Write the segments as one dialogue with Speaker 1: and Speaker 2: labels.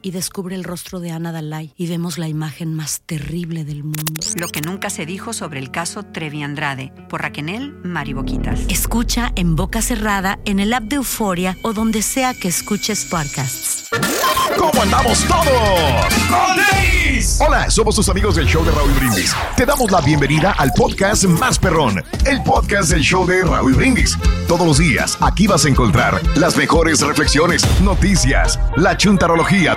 Speaker 1: Y descubre el rostro de Ana Dalai y vemos la imagen más terrible del mundo.
Speaker 2: Lo que nunca se dijo sobre el caso Trevi Andrade por Raquenel Mariboquitas.
Speaker 1: Escucha en boca cerrada, en el app de Euforia o donde sea que escuches podcasts.
Speaker 3: ¿Cómo andamos todos? Hola, somos tus amigos del show de Raúl Brindis. Te damos la bienvenida al podcast Más Perrón, el podcast del show de Raúl Brindis. Todos los días aquí vas a encontrar las mejores reflexiones, noticias, la chuntarología,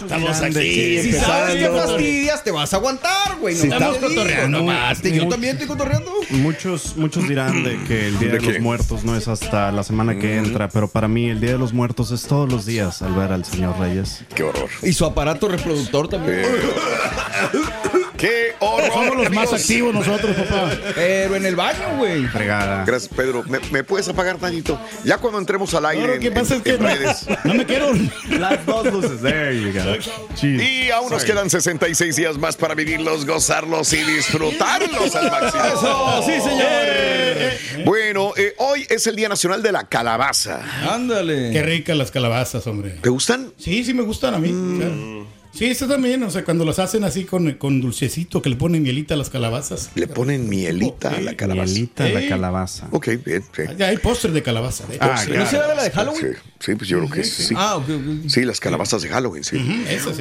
Speaker 4: Estamos aquí
Speaker 5: eh,
Speaker 6: Si sabes que fastidias, te vas a aguantar, güey. No
Speaker 4: Si
Speaker 6: te
Speaker 4: estamos
Speaker 6: digo,
Speaker 4: cotorreando,
Speaker 6: no,
Speaker 4: más,
Speaker 6: Yo
Speaker 4: muy-
Speaker 6: también estoy cotorreando.
Speaker 7: Muchos, muchos dirán de que el Día
Speaker 6: ¿De
Speaker 7: de,
Speaker 6: qué?
Speaker 7: los Muertos no es hasta la semana que entra, pero para mí el Día de los Muertos es todos los días al ver al señor Reyes.
Speaker 6: Qué horror. Y su aparato reproductor también.
Speaker 5: ¡Qué horror!
Speaker 6: Somos los más
Speaker 5: amigos!
Speaker 6: activos nosotros, papá. Pero en el baño, güey.
Speaker 5: Gracias, Pedro. ¿Me, me puedes apagar tantito? Ya cuando entremos al aire.
Speaker 7: lo
Speaker 5: en-
Speaker 7: que pasa
Speaker 5: en-
Speaker 7: es que
Speaker 5: en
Speaker 7: no-
Speaker 5: redes.
Speaker 7: No me quiero. Las dos luces. eh, There you go.
Speaker 5: Y aún nos quedan 66 días más para vivirlos, gozarlos y disfrutarlos al máximo.
Speaker 6: Eso, sí, señor.
Speaker 5: Bueno, eh, hoy es el Día Nacional de la Calabaza.
Speaker 8: Ándale. Qué ricas las calabazas, hombre.
Speaker 5: ¿Te gustan? Mm.
Speaker 8: Sí, sí me gustan a mí. claro. Sí, eso también, o sea, cuando las hacen así con, con dulcecito, que le ponen mielita a las calabazas.
Speaker 5: Le ponen mielita a la calabaza.
Speaker 8: Mielita a la Sí.
Speaker 7: calabaza.
Speaker 5: Ok, bien, sí.
Speaker 8: Ya hay postre de calabaza. de hecho.
Speaker 5: Ah, claro. Sí, sí, pues yo creo que sí.
Speaker 8: Ah,
Speaker 5: Sí, las calabazas de Halloween, sí.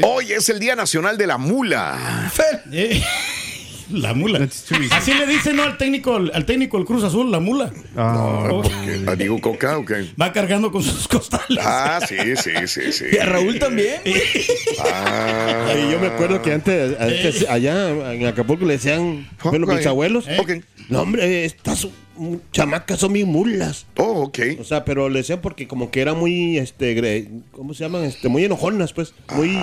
Speaker 5: Hoy es el Día Nacional de la Mula.
Speaker 8: Eh, La mula. Así le dicen ¿no? al técnico, al técnico del Cruz Azul, la mula.
Speaker 5: No, porque, ¿a ¿Digo coca o qué?
Speaker 8: Va cargando con sus costales.
Speaker 5: Ah, sí, sí, sí, sí.
Speaker 8: también.
Speaker 5: Ah.
Speaker 9: Ay, yo me acuerdo que antes, antes allá en Acapulco le decían, bueno, mis
Speaker 5: ok.
Speaker 9: abuelos,
Speaker 5: Ok.
Speaker 9: no hombre, estas mu- chamacas son mis mulas.
Speaker 5: Oh, ok.
Speaker 9: O sea, pero le decían porque como que era muy, este, gre- ¿cómo se llaman? Este, muy enojonas, pues, muy,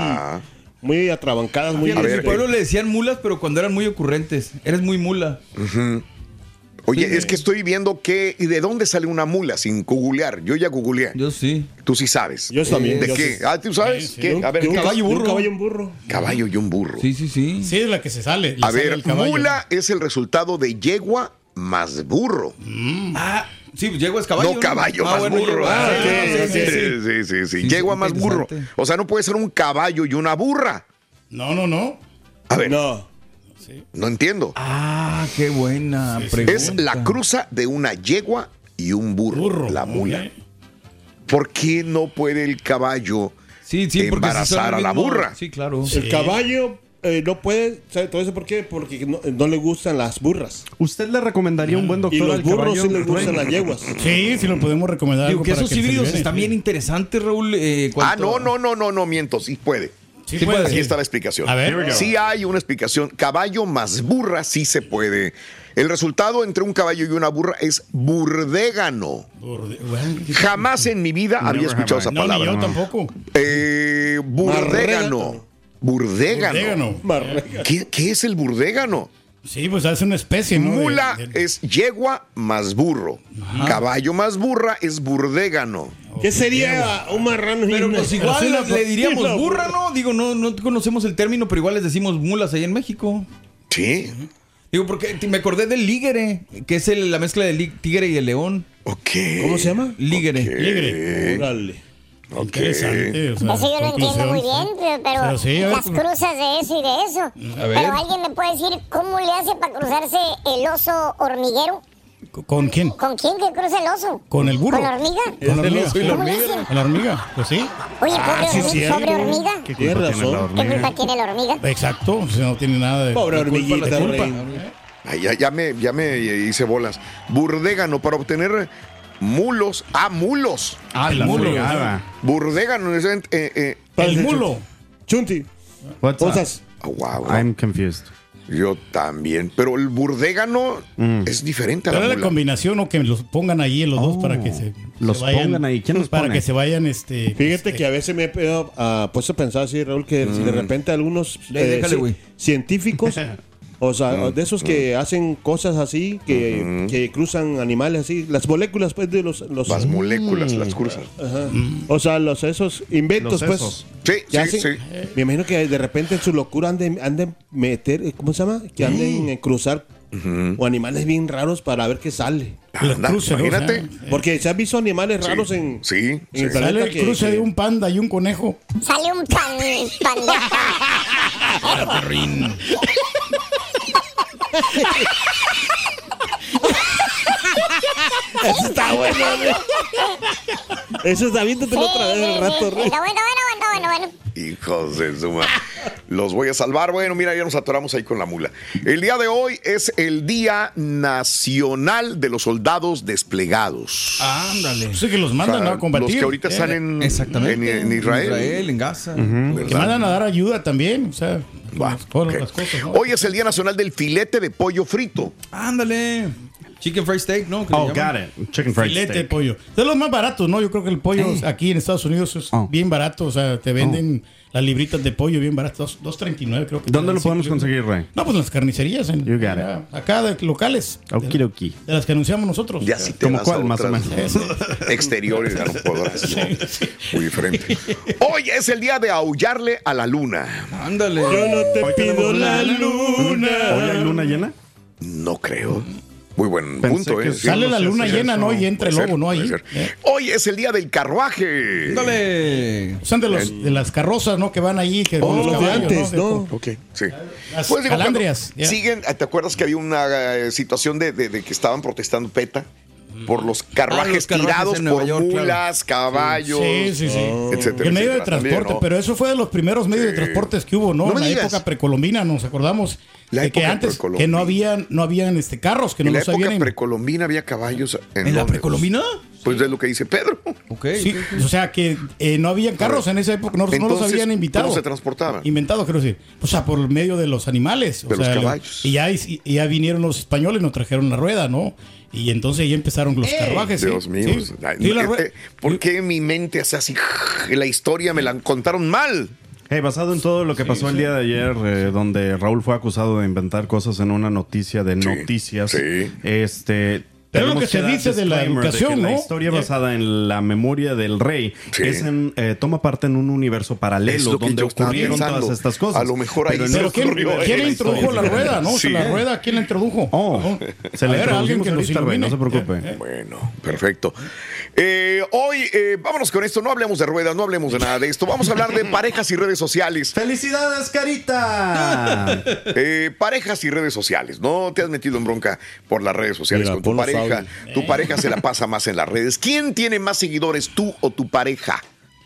Speaker 9: muy atrabancadas, muy. este,
Speaker 4: Fíjate, en mi Ah. pueblo
Speaker 9: le
Speaker 4: decían mulas, pero cuando eran muy ocurrentes. Eres muy mula.
Speaker 5: Oye, es que estoy viendo que. ¿Y de dónde sale una mula sin googlear? Yo ya googleé. Yo sí. Tú sí sabes. Yo
Speaker 9: también,
Speaker 5: ¿De
Speaker 9: yo
Speaker 5: qué?
Speaker 9: sí.
Speaker 5: Ah, ¿tú sabes?
Speaker 9: Sí, sí.
Speaker 5: ¿Qué?
Speaker 9: De un-
Speaker 5: A ver,
Speaker 9: de un
Speaker 5: ¿qué?
Speaker 9: caballo y un burro. De un caballo y un burro.
Speaker 5: Caballo y un burro.
Speaker 8: Sí, sí, sí. Sí, es la que se sale. le
Speaker 5: A
Speaker 8: sale
Speaker 5: ver,
Speaker 8: el caballo.
Speaker 5: mula es el resultado de yegua más burro.
Speaker 8: Mm.
Speaker 4: Ah, sí, yegua es caballo.
Speaker 5: No caballo
Speaker 4: Ah,
Speaker 5: más
Speaker 4: bueno,
Speaker 5: burro.
Speaker 4: yegua. Ah,
Speaker 5: Ah,
Speaker 4: ok,
Speaker 5: sí,
Speaker 4: ok,
Speaker 5: sí, sí, sí, sí. Yegua más burro. O sea, no puede ser un caballo y una burra.
Speaker 8: No, no, no.
Speaker 5: A ver. No. No entiendo.
Speaker 4: Ah, qué buena pregunta.
Speaker 5: Es la cruza de una yegua y un burro, la mula. ¿Por qué no puede el caballo
Speaker 4: Sí, porque sí son
Speaker 5: embarazar
Speaker 4: el
Speaker 5: a la
Speaker 4: mismo-
Speaker 5: burra?
Speaker 4: Sí, claro.
Speaker 9: El caballo eh, no puede, ¿sabe todo eso por qué? Porque no, no le gustan las burras.
Speaker 7: ¿Usted le recomendaría un buen doctor
Speaker 9: Y los
Speaker 7: al
Speaker 9: burros
Speaker 7: caballo?
Speaker 9: sí les gustan las yeguas.
Speaker 8: Sí, sí lo podemos recomendar.
Speaker 6: Digo que esos híbridos
Speaker 8: también
Speaker 6: están bien interesantes, Raúl. eh, cuanto-
Speaker 5: Ah, no, no, no, no, no, miento, sí puede.
Speaker 8: Sí puede.
Speaker 5: Aquí está la explicación.
Speaker 8: A ver. Here we go.
Speaker 5: Sí hay una explicación. Caballo más burra sí se puede. El resultado entre un caballo y una burra es burdégano. Jamás en mi vida había escuchado esa palabra.
Speaker 8: No, ni yo tampoco.
Speaker 5: Eh, burdégano. Burdégano.
Speaker 8: Burdégano. Burdégano.
Speaker 5: ¿Qué, qué es el burdégano?
Speaker 8: Sí, pues es una especie, ¿no? De-
Speaker 5: Mula
Speaker 8: de-
Speaker 5: es yegua más burro. Caballo más burra es burdégano.
Speaker 9: ¿Qué sería un marrano?
Speaker 4: Pero pues igual
Speaker 9: Pero
Speaker 4: le,
Speaker 9: sí la-
Speaker 4: diríamos
Speaker 9: sí la-
Speaker 4: burra, ¿no? Digo, no, no conocemos el término, pero igual les decimos mulas ahí en México.
Speaker 5: Sí.
Speaker 4: Digo, porque te- me acordé del lígere, que es el- la mezcla del li- tigre y el león.
Speaker 5: Ok.
Speaker 9: ¿Cómo se llama?
Speaker 4: Lígere.
Speaker 9: Ligre. Órale.
Speaker 8: Interesante. o sea,
Speaker 10: Eso Pues yo lo entiendo
Speaker 8: conclusión.
Speaker 10: muy bien, pero, pero
Speaker 8: Pero sí, a ver,
Speaker 10: las
Speaker 8: ¿cómo?
Speaker 10: cruzas de eso y de eso.
Speaker 8: A ver.
Speaker 10: Pero alguien me puede decir cómo le hace para cruzarse el oso hormiguero.
Speaker 8: ¿Con quién?
Speaker 10: ¿Con quién que cruza el oso?
Speaker 8: ¿Con el burro?
Speaker 10: ¿Con la hormiga?
Speaker 8: Con la hormiga.
Speaker 10: ¿Cómo le hacen?
Speaker 8: ¿Con la hormiga? Pues sí.
Speaker 10: Oye, pobre, hormiga, pobre hormiga.
Speaker 8: ¿Qué
Speaker 9: Tiene
Speaker 8: culpa
Speaker 9: razón.
Speaker 10: ¿Qué culpa tiene la hormiga?
Speaker 8: Exacto, o sea, no tiene nada de
Speaker 9: Pobre
Speaker 8: de culpa,
Speaker 9: hormiguita,
Speaker 8: de culpa.
Speaker 9: rey.
Speaker 5: Ay, ya, ya me, ya me hice bolas. Burdégano para obtener mulos. Ah, mulos.
Speaker 7: Ah, la
Speaker 5: Mulos.
Speaker 7: fregada.
Speaker 5: Burdégano es eh, eh,
Speaker 9: El mulo. Chunti.
Speaker 7: What's up?
Speaker 9: Cosas.
Speaker 5: ah, wow.
Speaker 7: I'm confused.
Speaker 5: Yo también. Pero el burdégano
Speaker 7: Mm.
Speaker 5: es diferente a la
Speaker 8: Pero la
Speaker 5: mula.
Speaker 8: combinación o que los pongan ahí los dos para que se
Speaker 7: Los
Speaker 8: se vayan-
Speaker 7: pongan ahí. ¿Quién los
Speaker 8: para
Speaker 7: pone?
Speaker 8: que se vayan este
Speaker 9: Fíjate que a veces me he pegado, ah, puesto a pensar así, Raúl, que
Speaker 5: Mm.
Speaker 9: si de repente algunos
Speaker 8: Dale,
Speaker 9: eh,
Speaker 8: déjale,
Speaker 9: ci-
Speaker 8: güey.
Speaker 9: científicos, o sea, de esos que hacen cosas así, que, que cruzan animales así, las moléculas, pues, de los... los
Speaker 5: Las moléculas, las cruzas.
Speaker 9: Ajá. O sea, los esos inventos,
Speaker 5: Los esos.
Speaker 9: pues.
Speaker 5: Sí,
Speaker 9: que
Speaker 5: sí, sí.
Speaker 9: Me imagino que de repente en su locura anden, anden meter, eh, ¿cómo se llama? Que anden en cruzar o animales bien raros para ver qué sale.
Speaker 5: Anda,
Speaker 8: cruces, ¿no?
Speaker 5: imagínate.
Speaker 8: O eh.
Speaker 9: Porque se han visto animales raros en.
Speaker 5: Sí,
Speaker 9: en el
Speaker 8: sale
Speaker 9: planeta
Speaker 8: el
Speaker 9: que-
Speaker 8: cruce
Speaker 9: que-
Speaker 8: de un panda y un conejo.
Speaker 10: Sale un pan, pan
Speaker 9: Eso está bueno, Eso está viéndotelo otra vez el rato, Rey.
Speaker 10: Está bueno, bueno, bueno, bueno, bueno.
Speaker 5: Hijos de su madre. Los voy a salvar. Bueno, mira, ya nos atoramos ahí con la mula. El día de hoy es el Día Nacional de los Soldados Desplegados.
Speaker 8: Ándale. Sí Pues que los
Speaker 5: O sea,
Speaker 8: mandan ¿no? a combatir.
Speaker 5: Los que ahorita están en, en- en Israel.
Speaker 8: en Gaza. Que
Speaker 5: ¿Verdad?
Speaker 8: mandan a dar ayuda también, o sea, con las cosas, ¿no?
Speaker 5: Hoy es el Día Nacional del Filete de Pollo Frito.
Speaker 4: Ándale. Chicken fried steak, ¿no? Que
Speaker 5: Oh.
Speaker 4: le llaman.
Speaker 7: Chicken
Speaker 8: Filete de pollo. De los más baratos, ¿no? Yo creo que el pollo aquí en Estados Unidos es
Speaker 5: Oh.
Speaker 8: bien barato. O sea, te venden las libritas de pollo bien baratas. 2.39 creo que.
Speaker 7: ¿Dónde lo
Speaker 8: Sí,
Speaker 7: podemos
Speaker 8: creo.
Speaker 7: conseguir, Ray?
Speaker 8: No, pues en las carnicerías. En,
Speaker 7: You got
Speaker 8: acá, acá de locales.
Speaker 7: Okidoki.
Speaker 8: De las que anunciamos nosotros.
Speaker 5: Ya si te
Speaker 7: ¿Como
Speaker 5: vas
Speaker 7: cuál,
Speaker 5: a
Speaker 7: más o
Speaker 5: otras
Speaker 7: menos?
Speaker 5: Exteriores, ya no podrás. ¿no? Muy diferente. Hoy es el día de aullarle a la luna.
Speaker 4: Ándale.
Speaker 9: Yo no te pido
Speaker 7: ¿Hoy
Speaker 9: la
Speaker 7: hay
Speaker 9: luna.
Speaker 7: luna llena?
Speaker 5: No creo. Muy buen
Speaker 7: Pensé
Speaker 5: punto,
Speaker 7: que
Speaker 5: ¿eh?
Speaker 7: sí. Sale la
Speaker 8: luna llena, ¿no? Y entra el
Speaker 5: Puede
Speaker 8: lobo, ¿no? Ahí. ¿eh?
Speaker 5: puede ser. Hoy es el día del carruaje.
Speaker 4: Ándale.
Speaker 8: Son de, los, de las carrozas, ¿no? Que van ahí. Que
Speaker 5: Oh,
Speaker 8: con los
Speaker 9: los de
Speaker 8: caballos,
Speaker 9: antes,
Speaker 8: ¿no?
Speaker 9: ¿no?
Speaker 5: Ok, sí.
Speaker 8: Las
Speaker 5: Pues digo,
Speaker 8: calandrias.
Speaker 5: cuando
Speaker 8: ya.
Speaker 5: Siguen, ¿te acuerdas que había una eh, situación de, de- de que estaban protestando PETA? Por los
Speaker 8: Ah,
Speaker 5: carruajes,
Speaker 4: los carruajes
Speaker 5: tirados
Speaker 4: en Nueva
Speaker 5: por
Speaker 4: York, claro.
Speaker 5: mulas, caballos,
Speaker 8: Sí, sí, sí.
Speaker 5: etcétera.
Speaker 8: el medio de
Speaker 5: etcétera. También,
Speaker 8: transporte,
Speaker 5: ¿no?
Speaker 8: pero eso fue de los primeros medios de transportes que hubo, ¿no?
Speaker 5: No
Speaker 8: en
Speaker 5: me
Speaker 8: la
Speaker 5: digas.
Speaker 8: época precolombina, nos acordamos
Speaker 5: La
Speaker 8: de que
Speaker 5: época
Speaker 8: antes que
Speaker 5: precolombina.
Speaker 8: no habían, no habían este carros, que no
Speaker 5: en la
Speaker 8: los
Speaker 5: época
Speaker 8: habían. en-
Speaker 5: precolombina había caballos. ¿En,
Speaker 4: ¿En la
Speaker 5: Londres.
Speaker 4: precolombina?
Speaker 5: Pues es lo que dice Pedro.
Speaker 4: Ok.
Speaker 8: Sí, o sea que eh, no habían carros en esa época, no, no los
Speaker 5: Entonces,
Speaker 8: habían invitado.
Speaker 5: ¿Cómo se transportaban?
Speaker 8: Inventado, quiero decir. O sea, por medio de los animales. o
Speaker 5: De los
Speaker 8: sea, lo-
Speaker 5: caballos.
Speaker 8: y, ya, y ya vinieron los españoles, nos trajeron la rueda, ¿no? Y entonces ya empezaron los carruajes. sí,
Speaker 5: Dios mío.
Speaker 8: sí.
Speaker 5: Ay,
Speaker 8: Sí, la
Speaker 5: eh,
Speaker 8: rue-
Speaker 5: eh, ¿Por qué mi mente hace así? La historia me la contaron mal.
Speaker 7: Hey, basado en todo lo que pasó el día de ayer, eh, donde Raúl fue acusado de inventar cosas en una noticia de noticias, este.
Speaker 8: Pero lo
Speaker 7: tenemos
Speaker 8: que se
Speaker 7: dar
Speaker 8: dice de la
Speaker 7: disclaimer
Speaker 8: educación,
Speaker 7: que La
Speaker 8: ¿no? Eh.
Speaker 7: historia
Speaker 8: Ya.
Speaker 7: basada en la memoria del rey es en, eh, toma parte en un universo
Speaker 5: Es
Speaker 7: paralelo
Speaker 5: lo que
Speaker 7: donde
Speaker 5: yo estaba
Speaker 7: ocurrieron
Speaker 5: pensando.
Speaker 7: todas estas cosas.
Speaker 5: A lo mejor ahí
Speaker 7: Pero en
Speaker 5: se
Speaker 8: Pero ¿quién,
Speaker 5: ocurrió
Speaker 8: quién
Speaker 5: la
Speaker 8: introdujo
Speaker 5: historia.
Speaker 8: la rueda, no? O sea,
Speaker 5: Sí.
Speaker 8: la rueda, ¿quién la introdujo?
Speaker 7: Oh, se
Speaker 8: A
Speaker 7: le
Speaker 8: ver, alguien
Speaker 7: introducimos
Speaker 8: que nos
Speaker 7: ahorita, güey, no
Speaker 8: ilumine. Eh,
Speaker 7: se preocupe.
Speaker 5: Bueno, perfecto. Eh, hoy, eh, vámonos con esto. No hablemos de ruedas, no hablemos de nada de esto. Vamos a hablar de parejas y redes sociales.
Speaker 7: ¡Felicidades, Carita!
Speaker 5: Eh, parejas y redes sociales. No te has metido en bronca por las redes sociales
Speaker 9: Mira,
Speaker 5: con tu
Speaker 9: ponlo
Speaker 5: pareja.
Speaker 9: sabe.
Speaker 5: Tu pareja se la pasa más en las redes. ¿Quién tiene más seguidores, tú o tu pareja?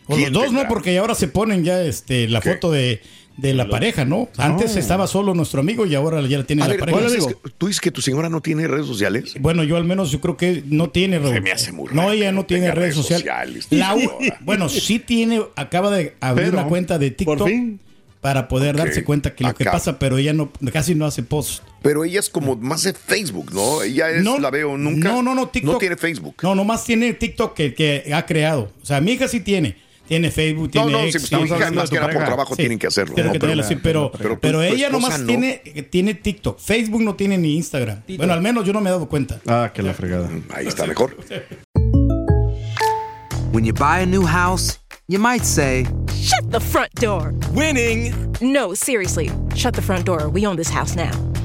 Speaker 8: O los
Speaker 5: ¿Quién
Speaker 8: dos,
Speaker 5: tendrá?
Speaker 8: ¿no? Porque ahora se ponen ya este, la foto de, de la pareja, ¿no? Antes estaba solo nuestro amigo y ahora ya la tiene
Speaker 5: Ah. A
Speaker 8: la
Speaker 5: ver,
Speaker 8: pareja.
Speaker 5: ¿tú dices, que, tú dices que tu señora no tiene redes sociales?
Speaker 8: Bueno, yo al menos yo creo que no tiene Raúl.
Speaker 5: Se me hace muy
Speaker 8: No, ella no tiene
Speaker 5: tenga
Speaker 8: redes
Speaker 5: redes
Speaker 8: sociales.
Speaker 5: sociales,
Speaker 8: La u-
Speaker 5: señora.
Speaker 8: bueno, sí tiene, acaba de abrir
Speaker 5: Pero,
Speaker 8: una cuenta de TikTok para poder
Speaker 5: Ok,
Speaker 8: darse cuenta que lo que
Speaker 5: acaba.
Speaker 8: pasa, pero ella no casi no hace post.
Speaker 5: Pero ella es como más de Facebook, ¿no? Ella es,
Speaker 8: No,
Speaker 5: la veo nunca.
Speaker 8: no, no, no, TikTok.
Speaker 5: No tiene Facebook.
Speaker 8: No, nomás tiene TikTok que, que ha creado. O sea, mi hija sí tiene. Tiene Facebook,
Speaker 5: No,
Speaker 8: tiene
Speaker 5: no, si
Speaker 8: X, tiene-
Speaker 5: estamos hablando más que nada por trabajo tienen que hacerlo.
Speaker 8: Tiene
Speaker 5: ¿no?
Speaker 8: que tenerlo así, pero, pero,
Speaker 5: tu- tu
Speaker 8: ella
Speaker 5: esposa
Speaker 8: nomás
Speaker 5: no.
Speaker 8: tiene, tiene TikTok. Facebook no tiene ni Instagram. Bueno, al menos yo no me he dado cuenta.
Speaker 7: Ah, que la fregada.
Speaker 5: Mm, Ahí está mejor.
Speaker 11: When you buy a new house, you might say,
Speaker 12: Shut the front door. Winning. No, seriously. Shut the front door. We own this house now.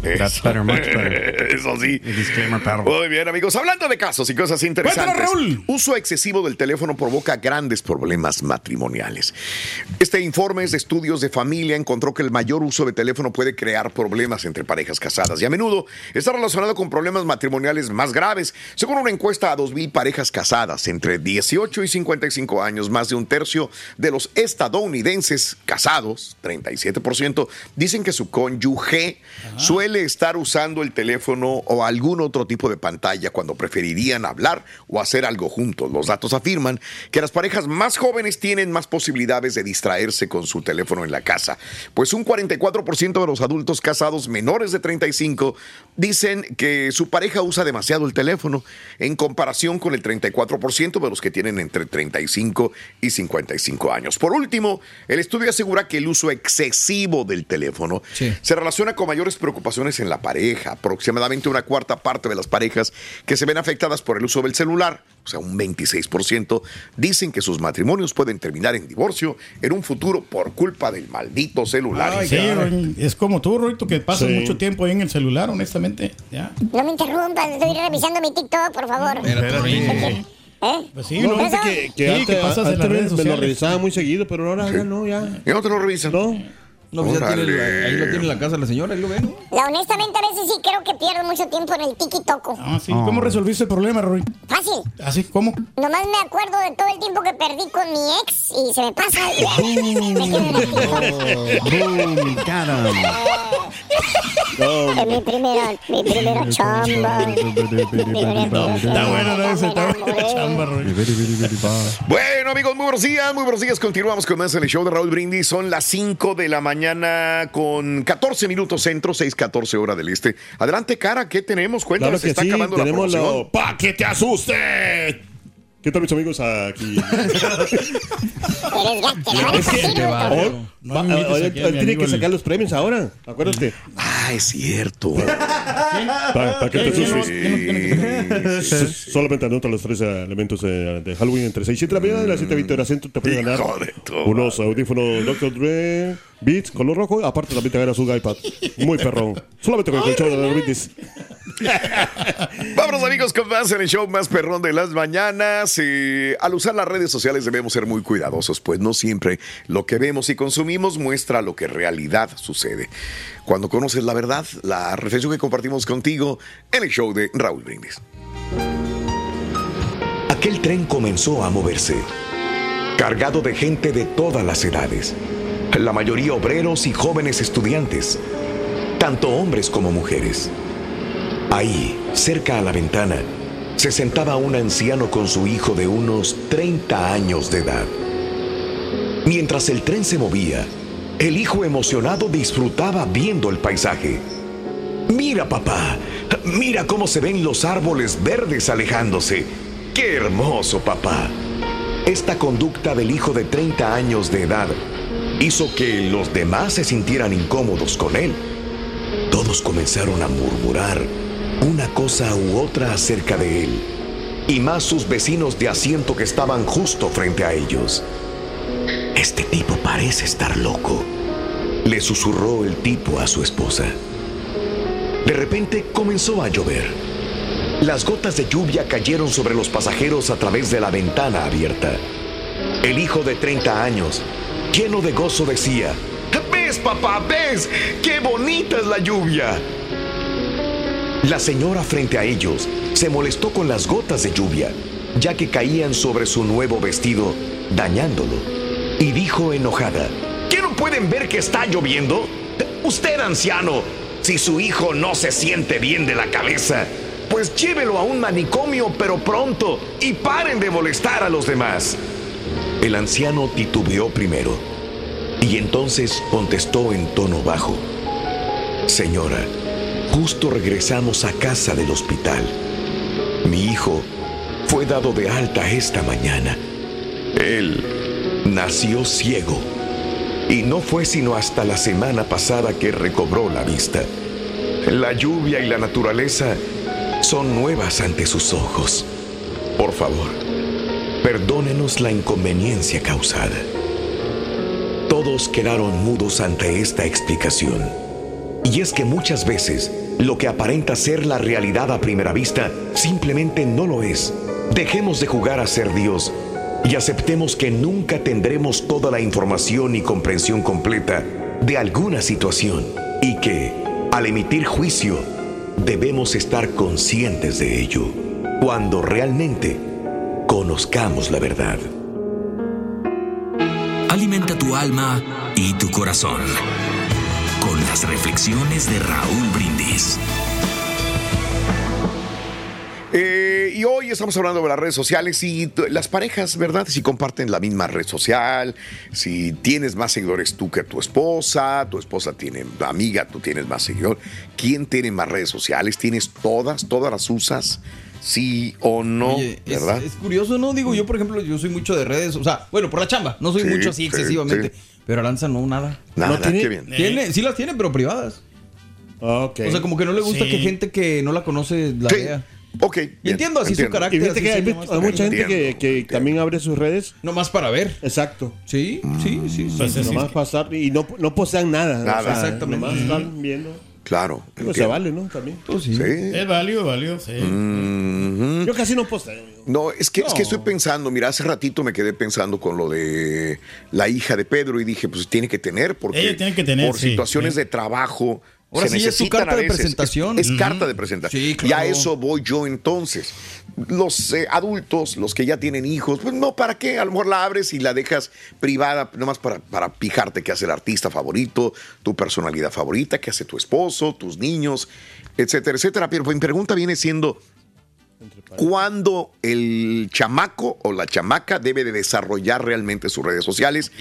Speaker 7: That's better, much better.
Speaker 5: Eso sí.
Speaker 7: disclaimer, perro.
Speaker 5: Muy bien, amigos. Hablando de casos y cosas interesantes. Uso excesivo del teléfono provoca grandes problemas matrimoniales. Este informe es de estudios de familia encontró que el mayor uso de teléfono puede crear problemas entre parejas casadas y a menudo está relacionado con problemas matrimoniales más graves. Según una encuesta a 2.000 parejas casadas entre 18 y 55 años, más de un tercio de los estadounidenses casados, 37%, dicen que su cónyuge suele estar usando el teléfono o algún otro tipo de pantalla cuando preferirían hablar o hacer algo juntos. Los datos afirman que las parejas más jóvenes tienen más posibilidades de distraerse con su teléfono en la casa, pues un 44% de los adultos casados menores de 35 dicen que su pareja usa demasiado el teléfono en comparación con el 34% de los que tienen entre 35 y 55 años. Por último, el estudio asegura que el uso excesivo del teléfono se relaciona con mayores preocupaciones en la pareja. Aproximadamente una cuarta parte de las parejas que se ven afectadas por el uso del celular, o sea, un 26%, dicen que sus matrimonios pueden terminar en divorcio en un futuro por culpa del maldito celular.
Speaker 8: Sí, Roy, es como tú, Roito, que pasas
Speaker 5: Sí.
Speaker 8: mucho tiempo ahí en el celular, honestamente. Ya.
Speaker 10: No me interrumpas, estoy revisando mi TikTok, por favor.
Speaker 9: Espérate.
Speaker 10: ¿Eh?
Speaker 9: Pues
Speaker 8: sí,
Speaker 9: no,
Speaker 10: ¿Eso?
Speaker 9: fíjate que, que
Speaker 8: Sí,
Speaker 9: antes,
Speaker 8: que pasas en
Speaker 9: antes
Speaker 8: las
Speaker 9: me-
Speaker 8: redes
Speaker 9: me lo
Speaker 8: sociales.
Speaker 9: revisaba muy seguido, pero ahora ya no, ya.
Speaker 5: ¿Y no te lo revisan?
Speaker 9: No.
Speaker 6: No, pues ya tiene la-
Speaker 9: Órale.
Speaker 6: ahí lo tiene en la casa la señora, ahí lo ve.
Speaker 10: La honestamente a veces sí creo que pierdo mucho tiempo en el tiki toco.
Speaker 8: Ah, sí. ¿Cómo resolviste el problema, Roy?
Speaker 10: Fácil.
Speaker 8: Así, ¿cómo?
Speaker 10: Nomás me acuerdo de todo el tiempo que perdí con mi ex y se me pasa. Me quedo en el
Speaker 7: Boom, caramba.
Speaker 10: TikTok. mi primera, mi primera chamba.
Speaker 8: Está bueno, ¿no? Ese está buena chamba, Roy.
Speaker 5: Bueno, amigos, muy buenos días, muy buenos días. Continuamos con más en el show de Raúl Brindis. Son las 5 de la mañana con 14 minutos centro, 6:14 hora del este. Adelante, cara, ¿qué tenemos?
Speaker 9: Claro
Speaker 5: Cuéntanos, se
Speaker 9: que
Speaker 5: está
Speaker 9: sí,
Speaker 5: acabando
Speaker 9: tenemos
Speaker 5: la
Speaker 9: lo...
Speaker 5: promoción.
Speaker 9: ¡Pa' que te asuste! ¿Qué tal, mis amigos? Aquí... Es que
Speaker 10: Qué
Speaker 9: hoy- va-
Speaker 8: me invites
Speaker 9: hoy-
Speaker 8: aquí a
Speaker 9: hoy tiene
Speaker 8: mi amigo
Speaker 9: que
Speaker 8: el-
Speaker 9: sacar los premios ahora, acuérdate.
Speaker 5: Ah, es cierto.
Speaker 9: Para que te
Speaker 8: Sí,
Speaker 9: asustes. S- Solamente anota los tres eh, elementos eh, de Halloween entre 6 y 7 de la mañana de las 7 a 20 horas centro. Te puede ganar unos audífonos Dr. Dre Beats color rojo. Aparte, también te ganas un iPad. Muy perrón. Solamente con el show de Brindis.
Speaker 5: Vámonos amigos con más en el show más perrón de las mañanas. Y al usar las redes sociales debemos ser muy cuidadosos, pues no siempre lo que vemos y consumimos muestra lo que en realidad sucede. Cuando conoces la verdad, la reflexión que compartimos contigo en el show de Raúl Brindis.
Speaker 13: Aquel tren comenzó a moverse, cargado de gente de todas las edades, la mayoría obreros y jóvenes estudiantes, tanto hombres como mujeres. Ahí, cerca a la ventana, se sentaba un anciano con su hijo de unos 30 años de edad. Mientras el tren se movía, el hijo emocionado disfrutaba viendo el paisaje. Mira, papá, mira cómo se ven los árboles verdes alejándose. ¡Qué hermoso, papá! Esta conducta del hijo de 30 años de edad hizo que los demás se sintieran incómodos con él. Todos comenzaron a murmurar una cosa u otra acerca de él, y más sus vecinos de asiento que estaban justo frente a ellos. Este tipo parece estar loco, le susurró el tipo a su esposa. De repente comenzó a llover. Las gotas de lluvia cayeron sobre los pasajeros a través de la ventana abierta. El hijo de 30 años, lleno de gozo, decía,
Speaker 5: ¿Ves, papá? ¿Ves? ¡Qué bonita es la lluvia!
Speaker 13: La señora frente a ellos se molestó con las gotas de lluvia, ya que caían sobre su nuevo vestido, dañándolo, y dijo enojada,
Speaker 5: ¿Qué no pueden ver que está lloviendo?
Speaker 13: Usted, anciano, si su hijo no se siente bien de la cabeza, pues llévelo a un manicomio, pero pronto, y paren de molestar a los demás. El anciano titubeó primero, y entonces contestó en tono bajo, Señora, justo regresamos a casa del hospital. Mi hijo fue dado de alta esta mañana. Él nació ciego y no fue sino hasta la semana pasada que recobró la vista. La lluvia y la naturaleza son nuevas ante sus ojos. Por favor, perdónenos la inconveniencia causada. Todos quedaron mudos ante esta explicación. Y es que muchas veces lo que aparenta ser la realidad a primera vista simplemente no lo es. Dejemos de jugar a ser Dios y aceptemos que nunca tendremos toda la información y comprensión completa de alguna situación y que, al emitir juicio, debemos estar conscientes de ello cuando realmente conozcamos la verdad.
Speaker 14: Alimenta tu alma y tu corazón con las reflexiones de Raúl Brindis.
Speaker 5: Eh, y hoy estamos hablando de las redes sociales y t- las parejas, ¿verdad? Si comparten la misma red social, si tienes más seguidores tú que tu esposa, tu esposa tiene amiga, tú tienes más seguidor. ¿Quién tiene más redes sociales? ¿Tienes todas? ¿Todas las usas? Sí o no,
Speaker 4: Oye, es,
Speaker 5: ¿verdad?
Speaker 4: es curioso, ¿no? Digo, yo, por ejemplo, yo soy mucho de redes, o sea, bueno, por la chamba, no soy
Speaker 5: Sí,
Speaker 4: mucho así
Speaker 5: sí,
Speaker 4: excesivamente.
Speaker 5: sí.
Speaker 4: Pero Aranza no, nada.
Speaker 5: Nada,
Speaker 4: no tiene,
Speaker 5: qué
Speaker 13: Eh.
Speaker 5: bien.
Speaker 4: tiene- sí las tiene, pero privadas. O sea, como que no le gusta
Speaker 8: Sí.
Speaker 4: que gente que no la conoce la
Speaker 8: Sí.
Speaker 4: vea.
Speaker 5: Ok.
Speaker 4: Y entiendo así su carácter.
Speaker 9: Y fíjate
Speaker 4: así
Speaker 9: que hay,
Speaker 4: se llama
Speaker 9: hay
Speaker 4: su
Speaker 9: mucha gente
Speaker 4: carácter.
Speaker 9: que, que también abre sus redes.
Speaker 4: Nomás para ver.
Speaker 9: Exacto.
Speaker 4: Sí, sí, sí.
Speaker 9: Pues
Speaker 4: sí, sí.
Speaker 9: nomás pasar y no, no posean nada.
Speaker 5: Nada.
Speaker 9: Exactamente.
Speaker 5: Exactamente.
Speaker 9: Nomás están viendo.
Speaker 5: Claro.
Speaker 9: Pues se
Speaker 5: entiendo.
Speaker 9: vale, ¿no? También.
Speaker 4: Pues
Speaker 5: sí. Sí.
Speaker 9: Es válido, válido, sí.
Speaker 5: Mhm.
Speaker 9: Yo casi no posteo.
Speaker 5: No, es que, es que estoy pensando, mira, hace ratito me quedé pensando con lo de la hija de Pedro y dije, pues tiene que tener, porque
Speaker 8: Ella tiene que tener,
Speaker 5: por
Speaker 8: sí,
Speaker 5: situaciones
Speaker 8: sí.
Speaker 5: de trabajo.
Speaker 4: Ahora
Speaker 5: se
Speaker 4: sí es su
Speaker 5: necesitan
Speaker 4: carta
Speaker 5: a
Speaker 4: de
Speaker 5: veces. Es-
Speaker 4: presentación.
Speaker 5: Es,
Speaker 4: Ujú.
Speaker 5: carta de presentación.
Speaker 4: Sí,
Speaker 5: Y a
Speaker 4: claro.
Speaker 5: eso voy yo entonces. Los eh, adultos, los que ya tienen hijos, pues no, ¿para qué? A lo mejor la abres y la dejas privada, nomás para, para fijarte qué hace el artista favorito, tu personalidad favorita, qué hace tu esposo, tus niños, etcétera, etcétera. Pero pues, mi pregunta viene siendo, cuándo el chamaco o la chamaca debe de desarrollar realmente sus redes sociales,